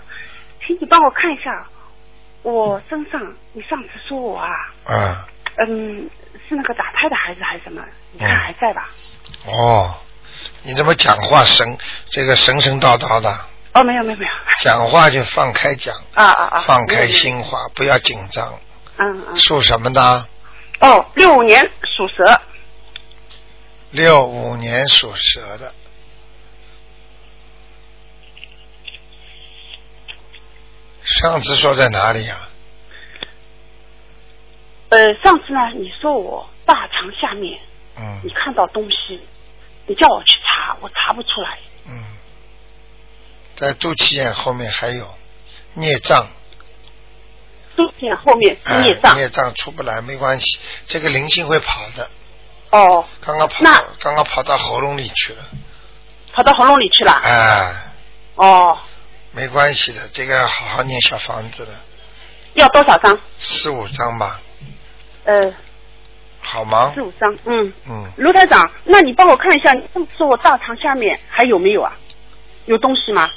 [SPEAKER 8] 请你帮我看一下，我身上，你上次说我啊，
[SPEAKER 1] 啊，
[SPEAKER 8] 嗯，是那个打胎的孩子还是什么？你看
[SPEAKER 1] 嗯
[SPEAKER 8] 还在吧？
[SPEAKER 1] 哦，你怎么讲话神这个神神叨叨的？
[SPEAKER 8] 哦，没有没有没有，
[SPEAKER 1] 讲话就放开讲，
[SPEAKER 8] 啊啊啊，
[SPEAKER 1] 放开
[SPEAKER 8] 没有，
[SPEAKER 1] 心话，不要紧张。
[SPEAKER 8] 没有嗯嗯，
[SPEAKER 1] 属什么呢？
[SPEAKER 8] 哦，六五年属蛇，
[SPEAKER 1] 六五年属蛇的。上次说在哪里啊呀、
[SPEAKER 8] 呃，上次呢你说我大肠下面你
[SPEAKER 1] 嗯
[SPEAKER 8] 看到东西，你叫我去查，我查不出来，
[SPEAKER 1] 嗯，在肚脐眼后面还有孽障，
[SPEAKER 8] 中间后面是
[SPEAKER 1] 哎
[SPEAKER 8] 孽障，
[SPEAKER 1] 孽障出不来没关系，这个灵性会跑的，
[SPEAKER 8] 哦，
[SPEAKER 1] 刚刚跑
[SPEAKER 8] 那
[SPEAKER 1] 到刚刚跑到喉咙里去了，
[SPEAKER 8] 跑到喉咙里去了，
[SPEAKER 1] 哎，
[SPEAKER 8] 哦，
[SPEAKER 1] 没关系的，这个好好念小房子的，
[SPEAKER 8] 要多少张？
[SPEAKER 1] 四五张吧，
[SPEAKER 8] 呃，
[SPEAKER 1] 好吗
[SPEAKER 8] 四？五张，嗯。
[SPEAKER 1] 嗯，
[SPEAKER 8] 卢台长，那你帮我看一下，你上次说我大肠下面还有没有啊？有东西吗？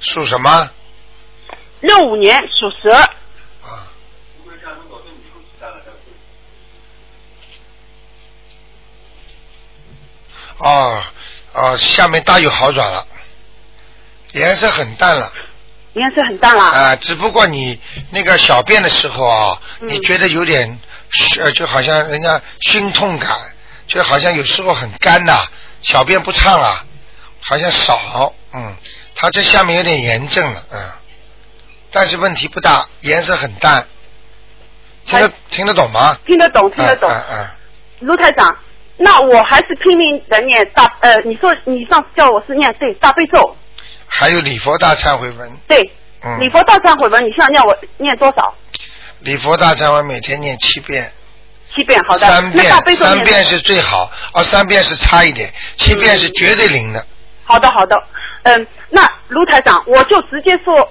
[SPEAKER 1] 属什么？
[SPEAKER 8] 六五年属蛇，
[SPEAKER 1] 啊。哦哦，下面大有好转了，颜色很淡了
[SPEAKER 8] 颜色很淡啦。
[SPEAKER 1] 啊、只不过你那个小便的时候啊，
[SPEAKER 8] 嗯
[SPEAKER 1] 你觉得有点呃，就好像人家心痛感，就好像有时候很干呐、小便不畅啊，好像少，嗯，它这下面有点炎症了，嗯，但是问题不大，颜色很淡，听得
[SPEAKER 8] 还
[SPEAKER 1] 听得懂吗？
[SPEAKER 8] 听得懂，听得懂。
[SPEAKER 1] 嗯嗯嗯
[SPEAKER 8] 卢台长，那我还是拼命的念大呃，你说你上次叫我是念对大悲咒，
[SPEAKER 1] 还有礼佛大忏悔文，
[SPEAKER 8] 对，
[SPEAKER 1] 嗯，
[SPEAKER 8] 礼佛大忏悔文，你现在要我念多少？
[SPEAKER 1] 礼佛大忏悔每天念七遍，
[SPEAKER 8] 七遍，好的。
[SPEAKER 1] 三
[SPEAKER 8] 那大
[SPEAKER 1] 遍
[SPEAKER 8] 悲咒
[SPEAKER 1] 三
[SPEAKER 8] 念嗯
[SPEAKER 1] 遍是最好，哦，三遍是差一点，七遍是绝对灵的，
[SPEAKER 8] 好的，好的。嗯，那卢台长，我就直接说，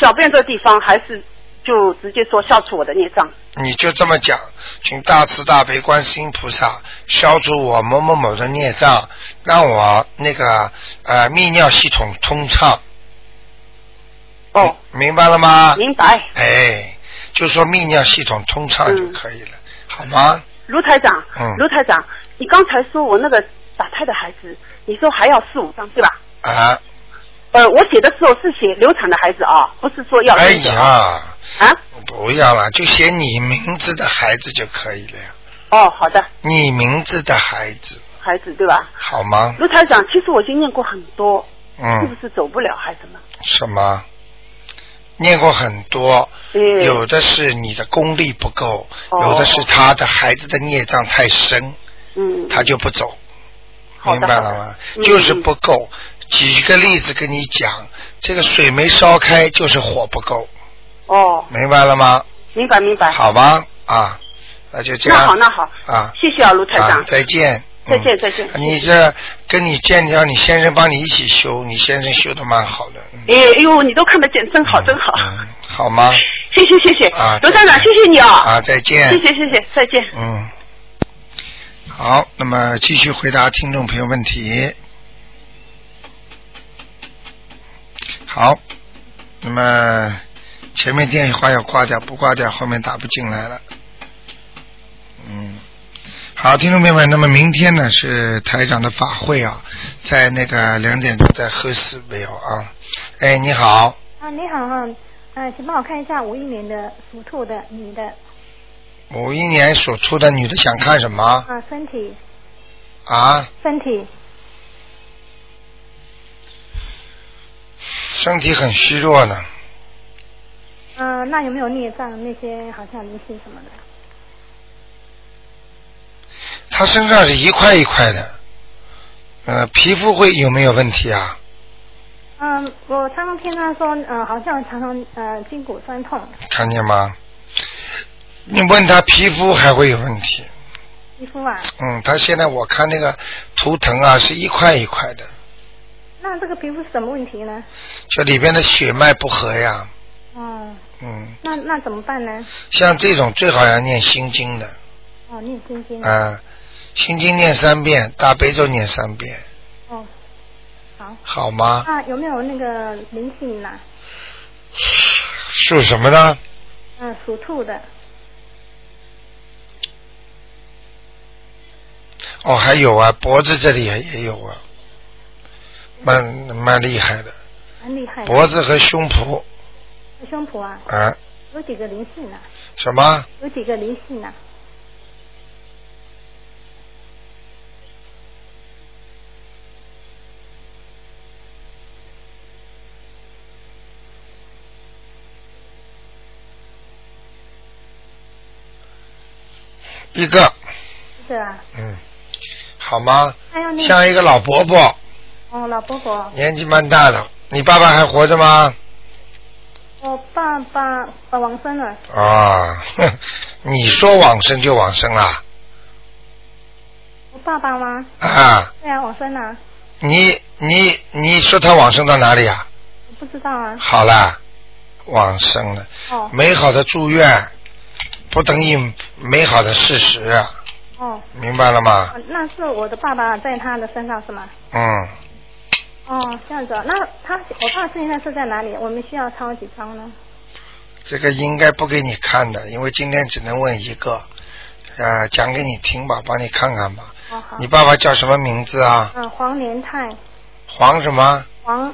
[SPEAKER 8] 小便这地方还是就直接说消除我的孽障。
[SPEAKER 1] 你就这么讲，请大慈大悲观世音菩萨消除我某某某的孽障，让我那个呃泌尿系统通畅。
[SPEAKER 8] 哦，
[SPEAKER 1] 明白了吗？
[SPEAKER 8] 明白。嗯
[SPEAKER 1] 哎，就说泌尿系统通畅就可以了，好吗？
[SPEAKER 8] 卢台长，
[SPEAKER 1] 嗯
[SPEAKER 8] 卢台长，你刚才说我那个打胎的孩子，你说还要四五张对吧？
[SPEAKER 1] 啊，
[SPEAKER 8] 呃，我写的时候是写流产的孩子啊，不是说要
[SPEAKER 1] 哎
[SPEAKER 8] 那个
[SPEAKER 1] 呀，
[SPEAKER 8] 啊？
[SPEAKER 1] 不要了，就写你名字的孩子就可以了呀，
[SPEAKER 8] 哦，好的，
[SPEAKER 1] 你名字的孩子，
[SPEAKER 8] 孩子对吧？
[SPEAKER 1] 好吗？
[SPEAKER 8] 卢台长，其实我已经念过很多，是不
[SPEAKER 1] 嗯，
[SPEAKER 8] 是走不了还是什么？
[SPEAKER 1] 什么？念过很多，
[SPEAKER 8] 对，
[SPEAKER 1] 有的是你的功力不够，
[SPEAKER 8] 哦
[SPEAKER 1] 有的是他的孩子的孽障太深，
[SPEAKER 8] 嗯，
[SPEAKER 1] 他就不走，
[SPEAKER 8] 好
[SPEAKER 1] 明
[SPEAKER 8] 的
[SPEAKER 1] 白了吗？
[SPEAKER 8] 嗯
[SPEAKER 1] 就是不够。举个例子跟你讲，这个水没烧开就是火不够，
[SPEAKER 8] 哦，
[SPEAKER 1] 明白了吗？
[SPEAKER 8] 明白明白。
[SPEAKER 1] 好吧，啊，那就这
[SPEAKER 8] 那
[SPEAKER 1] 样。
[SPEAKER 8] 好那好，
[SPEAKER 1] 啊
[SPEAKER 8] 谢谢啊，卢台
[SPEAKER 1] 啊
[SPEAKER 8] 长，，
[SPEAKER 1] 再见。
[SPEAKER 8] 再见
[SPEAKER 1] 嗯
[SPEAKER 8] 再见
[SPEAKER 1] 你这跟你见，让你先生帮你一起修，你先生修的蛮好的。嗯
[SPEAKER 8] 哎哎呦，你都看得见，真好真好，
[SPEAKER 1] 嗯好吗？
[SPEAKER 8] 谢谢谢谢
[SPEAKER 1] 啊，
[SPEAKER 8] 卢台长，
[SPEAKER 1] 再
[SPEAKER 8] 谢
[SPEAKER 1] 见
[SPEAKER 8] 谢你啊，
[SPEAKER 1] 啊，再见。
[SPEAKER 8] 谢谢谢谢，再见。
[SPEAKER 1] 嗯，好，那么继续回答听众朋友问题。好，那么前面电话要挂掉，不挂掉后面打不进来了。嗯，好，听众朋友们，那么明天呢是台长的法会啊，在那个两点钟在赫斯没有啊。哎，你好，
[SPEAKER 9] 啊，你好哈、呃，请帮我看一下五一年的属兔的女的
[SPEAKER 1] 五一年所出的女的想看什么
[SPEAKER 9] 啊，身体
[SPEAKER 1] 啊？
[SPEAKER 9] 身体
[SPEAKER 1] 身体很虚弱呢。
[SPEAKER 9] 呃，那有没有孽障那些好像灵性什么的？
[SPEAKER 1] 他身上是一块一块的，呃，皮肤会有没有问题啊？
[SPEAKER 9] 嗯，我常常听他说，呃，好像常常呃筋骨酸痛，
[SPEAKER 1] 看见吗？你问他皮肤还会有问题，
[SPEAKER 9] 皮肤啊，
[SPEAKER 1] 嗯，他现在我看那个图腾啊，是一块一块的，
[SPEAKER 9] 那这个皮肤是什么问题呢？
[SPEAKER 1] 就里边的血脉不和呀，
[SPEAKER 9] 哦，
[SPEAKER 1] 嗯，
[SPEAKER 9] 那那怎么办呢？
[SPEAKER 1] 像这种最好要念心经的，
[SPEAKER 9] 哦，念心经。
[SPEAKER 1] 啊、心经念三遍，大悲咒念三遍，
[SPEAKER 9] 哦，好。
[SPEAKER 1] 好吗？
[SPEAKER 9] 那有没有那个灵性呢？
[SPEAKER 1] 属什么呢？
[SPEAKER 9] 嗯、属兔的，
[SPEAKER 1] 哦，还有啊，脖子这里也也有啊，蛮蛮厉害的，
[SPEAKER 9] 蛮厉害的。
[SPEAKER 1] 脖子和胸脯
[SPEAKER 9] 胸脯啊，
[SPEAKER 1] 啊。
[SPEAKER 9] 有几个灵性啊？
[SPEAKER 1] 什么？
[SPEAKER 9] 有几个灵性啊？
[SPEAKER 1] 一个，
[SPEAKER 9] 是啊，
[SPEAKER 1] 嗯，好吗？
[SPEAKER 9] 还有那个
[SPEAKER 1] 像一个老伯伯，
[SPEAKER 9] 哦，老婆婆，
[SPEAKER 1] 年纪蛮大的。你爸爸还活着吗？
[SPEAKER 9] 我爸爸呃往生了，
[SPEAKER 1] 啊， <laughs> 哼你说往生就往生啊啦
[SPEAKER 9] 我爸爸吗？
[SPEAKER 1] 啊！
[SPEAKER 9] 对啊，往生了，
[SPEAKER 1] 你你你说他往生到哪里啊？
[SPEAKER 9] 我不知道啊。
[SPEAKER 1] 好啦，往生了，
[SPEAKER 9] 哦
[SPEAKER 1] 美好的祝愿不等于美好的事实，啊
[SPEAKER 9] 哦，
[SPEAKER 1] 明白了吗
[SPEAKER 9] 啊？那是我的爸爸在他的身上是吗？
[SPEAKER 1] 嗯，
[SPEAKER 9] 哦，这样子、啊，那他我爸现在是在哪里？我们需要抄几张呢？
[SPEAKER 1] 这个应该不给你看的，因为今天只能问一个，呃，讲给你听吧，帮你看看吧。
[SPEAKER 9] 哦，好
[SPEAKER 1] 你。爸爸叫什么名字啊？
[SPEAKER 9] 嗯、黄连泰，
[SPEAKER 1] 黄什么？
[SPEAKER 9] 黄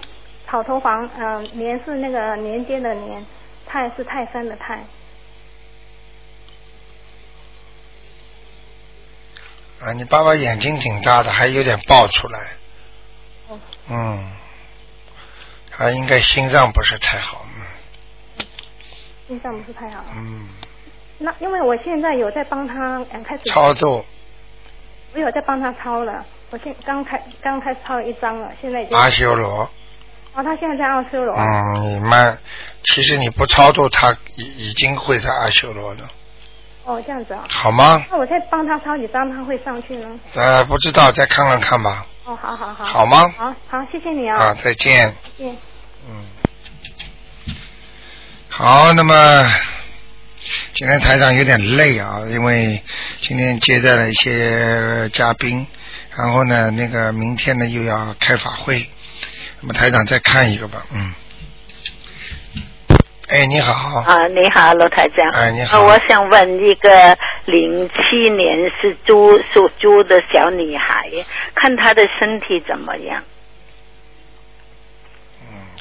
[SPEAKER 9] 草头黄，嗯、连是那个连接的连，泰是泰山的泰。
[SPEAKER 1] 啊，你爸爸眼睛挺大的，还有点爆出来。
[SPEAKER 9] 哦
[SPEAKER 1] 嗯，他应该心脏不是太好。
[SPEAKER 9] 哦印象不是太好，
[SPEAKER 1] 嗯，
[SPEAKER 9] 那因为我现在有在帮他，嗯，开始
[SPEAKER 1] 超度
[SPEAKER 9] 我有在帮他抄了，我现刚开刚开始抄了一张了，现在已经
[SPEAKER 1] 阿修罗。
[SPEAKER 9] 哦，他现在在奥修罗，
[SPEAKER 1] 嗯，你慢，其实你不超度他，已已经会在阿修罗了，
[SPEAKER 9] 哦，这样子啊、
[SPEAKER 1] 好吗？
[SPEAKER 9] 那我再帮他抄几张，他会上去呢？
[SPEAKER 1] 呃，不知道，再看看看吧，
[SPEAKER 9] 哦，好好好，
[SPEAKER 1] 好吗？
[SPEAKER 9] 啊
[SPEAKER 1] 啊
[SPEAKER 9] 好好，谢谢你啊，
[SPEAKER 1] 啊，再见。
[SPEAKER 9] 再见。
[SPEAKER 1] 嗯，好，那么今天台长有点累啊，因为今天接待了一些嘉宾，然后呢，那个明天呢又要开法会，那么台长再看一个吧，嗯。哎，你好，
[SPEAKER 10] 啊，你好，罗台长。
[SPEAKER 1] 哎你好
[SPEAKER 10] 啊我想问一个零七年是猪属猪的小女孩，看她的身体怎么样？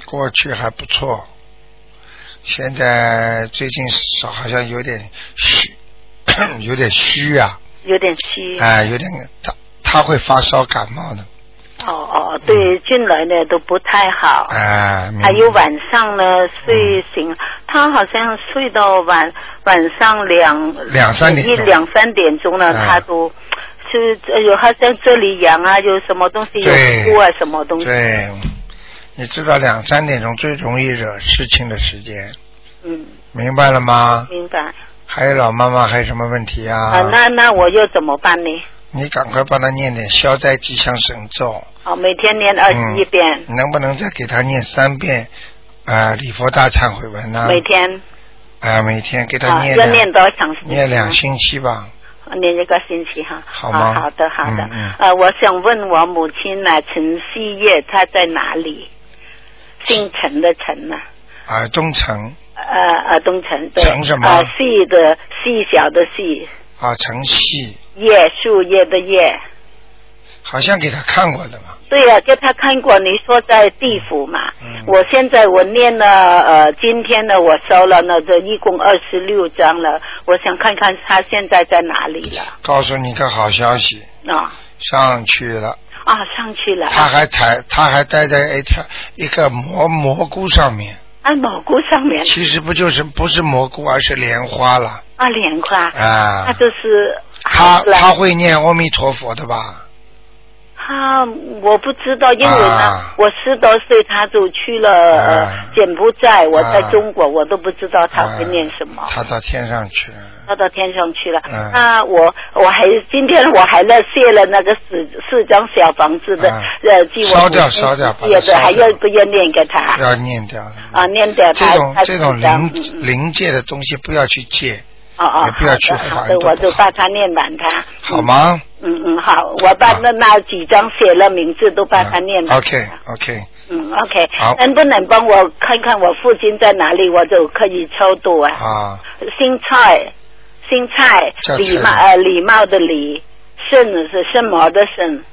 [SPEAKER 1] 过去还不错，现在最近少好像有点虚， <coughs> 有点虚啊，
[SPEAKER 10] 有点虚。
[SPEAKER 1] 哎，有点他他会发烧感冒的，
[SPEAKER 10] 哦哦，对，近来呢都不太好。
[SPEAKER 1] 哎，明
[SPEAKER 10] 还有晚上呢，睡醒，她好像睡到晚晚上两
[SPEAKER 1] 两三点
[SPEAKER 10] 一
[SPEAKER 1] 钟
[SPEAKER 10] 两三点钟了，
[SPEAKER 1] 嗯
[SPEAKER 10] 她都就是呃有好像这里痒啊，有什么东西有
[SPEAKER 1] 对
[SPEAKER 10] 哭啊，什么东西。
[SPEAKER 1] 对，你知道两三点钟最容易惹事情的时间，
[SPEAKER 10] 嗯，
[SPEAKER 1] 明白了吗？
[SPEAKER 10] 明白。
[SPEAKER 1] 还有老妈妈还有什么问题啊？
[SPEAKER 10] 啊，那那我又怎么办呢？
[SPEAKER 1] 你赶快帮他念点消灾吉祥神咒，
[SPEAKER 10] 哦，每天念二
[SPEAKER 1] 嗯
[SPEAKER 10] 十一遍，
[SPEAKER 1] 能不能再给他念三遍啊、礼佛大忏悔文呢、
[SPEAKER 10] 每天
[SPEAKER 1] 啊，每天给他
[SPEAKER 10] 啊
[SPEAKER 1] 念
[SPEAKER 10] 要
[SPEAKER 1] 两
[SPEAKER 10] 念多长时间？啊
[SPEAKER 1] 念两星期吧，
[SPEAKER 10] 念一个星期哈。
[SPEAKER 1] 好
[SPEAKER 10] 啊
[SPEAKER 1] 吗？
[SPEAKER 10] 好的，好的。
[SPEAKER 1] 嗯嗯
[SPEAKER 10] 呃，我想问我母亲呢、陈希月她在哪里？姓陈的陈呢、
[SPEAKER 1] 啊，东城
[SPEAKER 10] 呃呃，东城对。
[SPEAKER 1] 陈什么
[SPEAKER 10] 呃，细的细小的细，
[SPEAKER 1] 啊，城西，
[SPEAKER 10] 叶树叶的叶。
[SPEAKER 1] 好像给他看过的吧？
[SPEAKER 10] 对呀、就他看过你说在地府嘛。
[SPEAKER 1] 嗯
[SPEAKER 10] 我现在我念了呃，今天呢我收了呢，这一共二十六章了，我想看看他现在在哪里了
[SPEAKER 1] 告诉你个好消息，
[SPEAKER 10] 啊
[SPEAKER 1] 上去了，
[SPEAKER 10] 啊，上去了。
[SPEAKER 1] 嗯他还抬，他还待在一条一个蘑蘑菇上面，
[SPEAKER 10] 按哎蘑菇上面
[SPEAKER 1] 其实不就是不是蘑菇，而是莲花了
[SPEAKER 10] 啊，莲花，
[SPEAKER 1] 啊
[SPEAKER 10] 他。就是
[SPEAKER 1] 他他会念阿弥陀佛的吧？
[SPEAKER 10] 他，啊我不知道，因为呢，
[SPEAKER 1] 啊
[SPEAKER 10] 我十多岁他就去了、呃柬埔寨，我在
[SPEAKER 1] 啊
[SPEAKER 10] 中国，我都不知道他会念什么。
[SPEAKER 1] 他到天上去了，
[SPEAKER 10] 他到天上去了，
[SPEAKER 1] 嗯
[SPEAKER 10] 那我我还今天我还了卸了那个四四张小房子的，
[SPEAKER 1] 啊
[SPEAKER 10] 呃，寄我
[SPEAKER 1] 烧掉
[SPEAKER 10] 母亲
[SPEAKER 1] 烧掉把它
[SPEAKER 10] 寄
[SPEAKER 1] 烧掉
[SPEAKER 10] 的，还要不要念给他
[SPEAKER 1] 要念掉了。
[SPEAKER 10] 啊？念给
[SPEAKER 1] 这
[SPEAKER 10] 哦他
[SPEAKER 1] 种
[SPEAKER 10] 他
[SPEAKER 1] 这种
[SPEAKER 10] 四张
[SPEAKER 1] 灵灵界的东西不要去借，
[SPEAKER 10] 哦哦，
[SPEAKER 1] 也不要去
[SPEAKER 10] 好的好
[SPEAKER 1] 还
[SPEAKER 10] 的，
[SPEAKER 1] 都
[SPEAKER 10] 我
[SPEAKER 1] 不
[SPEAKER 10] 就把它念完它。
[SPEAKER 1] 好吗
[SPEAKER 10] 嗯嗯，好，我把那那几张写了名字都把它念完。
[SPEAKER 1] ？OK OK，
[SPEAKER 10] 嗯，OK。
[SPEAKER 1] 啊好
[SPEAKER 10] 能不能帮我看看我父亲在哪里，我就可以超度啊？
[SPEAKER 1] 啊，
[SPEAKER 10] 姓蔡，姓蔡
[SPEAKER 1] 叫，
[SPEAKER 10] 礼
[SPEAKER 1] 蔡
[SPEAKER 10] 貌呃礼貌的礼，圣是什么的圣，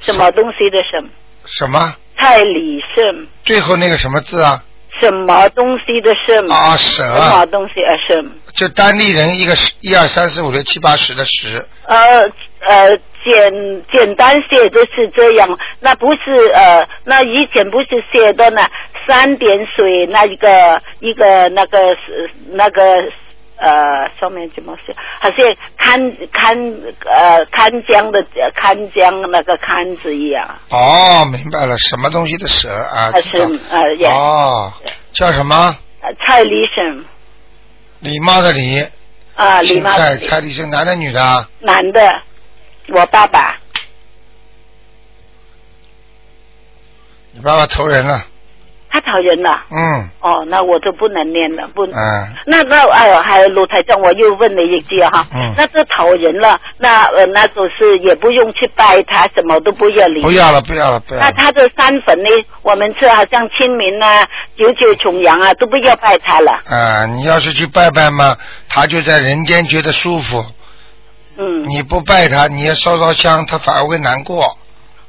[SPEAKER 10] 什么东西的圣，
[SPEAKER 1] 什么？
[SPEAKER 10] 蔡礼圣，
[SPEAKER 1] 最后那个什么字啊？
[SPEAKER 10] 什么东西的圣？
[SPEAKER 1] 啊，蛇
[SPEAKER 10] 什么东西呃圣？
[SPEAKER 1] 就单立人一个十一二三四五六七八十的十，
[SPEAKER 10] 呃呃，简简单写都是这样，那不是呃，那以前不是写的呢，三点水那一个一个那个是那个呃上面怎么写？好像看看呃看江的呃看江那个看字一样，
[SPEAKER 1] 哦，明白了，什么东西的蛇啊？
[SPEAKER 10] 还是
[SPEAKER 1] 知道
[SPEAKER 10] 呃也
[SPEAKER 1] 哦，叫什么？
[SPEAKER 10] 呃蔡李生
[SPEAKER 1] 礼貌的礼，
[SPEAKER 10] 啊李
[SPEAKER 1] 姓
[SPEAKER 10] 妈
[SPEAKER 1] 蔡，蔡礼生，男的女的啊？
[SPEAKER 10] 男的，我爸爸
[SPEAKER 1] 你爸爸投人了，
[SPEAKER 10] 他讨人了，
[SPEAKER 1] 嗯
[SPEAKER 10] 哦，那我就不能念了，不
[SPEAKER 1] 嗯，
[SPEAKER 10] 那那哎呦，还有卢台长，我又问了一句哈，
[SPEAKER 1] 嗯
[SPEAKER 10] 那这讨人了，那呃那就是也不用去拜他，什么都不要理。
[SPEAKER 1] 不要了，不要了，不要
[SPEAKER 10] 那
[SPEAKER 1] 了，
[SPEAKER 10] 他的山坟呢？我们是好像清明啊、九九重阳啊，都不要拜他了。
[SPEAKER 1] 啊，你要是去拜拜嘛，他就在人间觉得舒服，
[SPEAKER 10] 嗯，
[SPEAKER 1] 你不拜他，你也烧烧香，他反而会难过。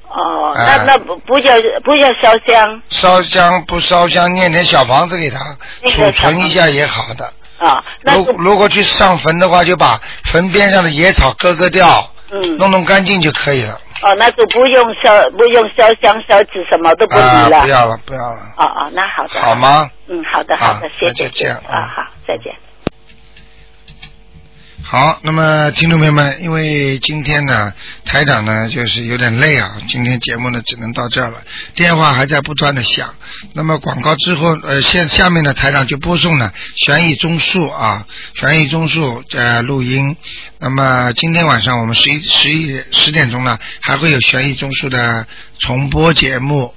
[SPEAKER 10] 哦，
[SPEAKER 1] 哎
[SPEAKER 10] 那那不不要不要烧香
[SPEAKER 1] 烧香不烧香，念点小房子给他，
[SPEAKER 10] 那个
[SPEAKER 1] 储
[SPEAKER 10] 小
[SPEAKER 1] 存一下也好的。
[SPEAKER 10] 啊、那
[SPEAKER 1] 如
[SPEAKER 10] 就
[SPEAKER 1] 如果去上坟的话，就把坟边上的野草割割掉，
[SPEAKER 10] 嗯
[SPEAKER 1] 弄弄干净就可以了。
[SPEAKER 10] 哦，那就不用烧不用烧香烧纸，什么都不
[SPEAKER 1] 啊，
[SPEAKER 10] 理了。
[SPEAKER 1] 不要了，不要了，
[SPEAKER 10] 哦哦，那好的。
[SPEAKER 1] 好？吗？
[SPEAKER 10] 嗯，好的
[SPEAKER 1] 啊
[SPEAKER 10] 好的，
[SPEAKER 1] 那
[SPEAKER 10] 谢
[SPEAKER 1] 就
[SPEAKER 10] 谢。
[SPEAKER 1] 这样
[SPEAKER 10] 谢谢啊，好，再见。
[SPEAKER 1] 好，那么听众朋友们，因为今天呢，台长呢就是有点累啊，今天节目呢只能到这儿了，电话还在不断的响。那么广告之后，呃，现下面呢台长就播送呢《悬疑综述》啊，《悬疑综述》呃录音。那么今天晚上我们十一十一十点钟呢，还会有《悬疑综述》的重播节目。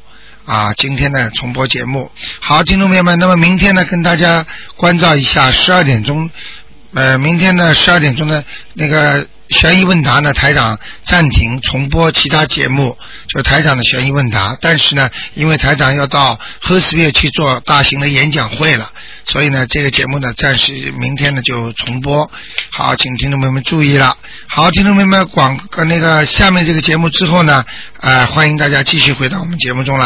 [SPEAKER 1] 啊今天的重播节目。好，听众朋友们，那么明天呢，跟大家关照一下十二点钟，呃，明天呢十二点钟的那个悬疑问答呢，台长暂停重播其他节目，就台长的悬疑问答。但是呢，因为台长要到赫斯月去做大型的演讲会了，所以呢，这个节目呢暂时明天呢就重播。好，请听众朋友们注意了。好，听众朋友们，广呃那个下面这个节目之后呢，呃，欢迎大家继续回到我们节目中来。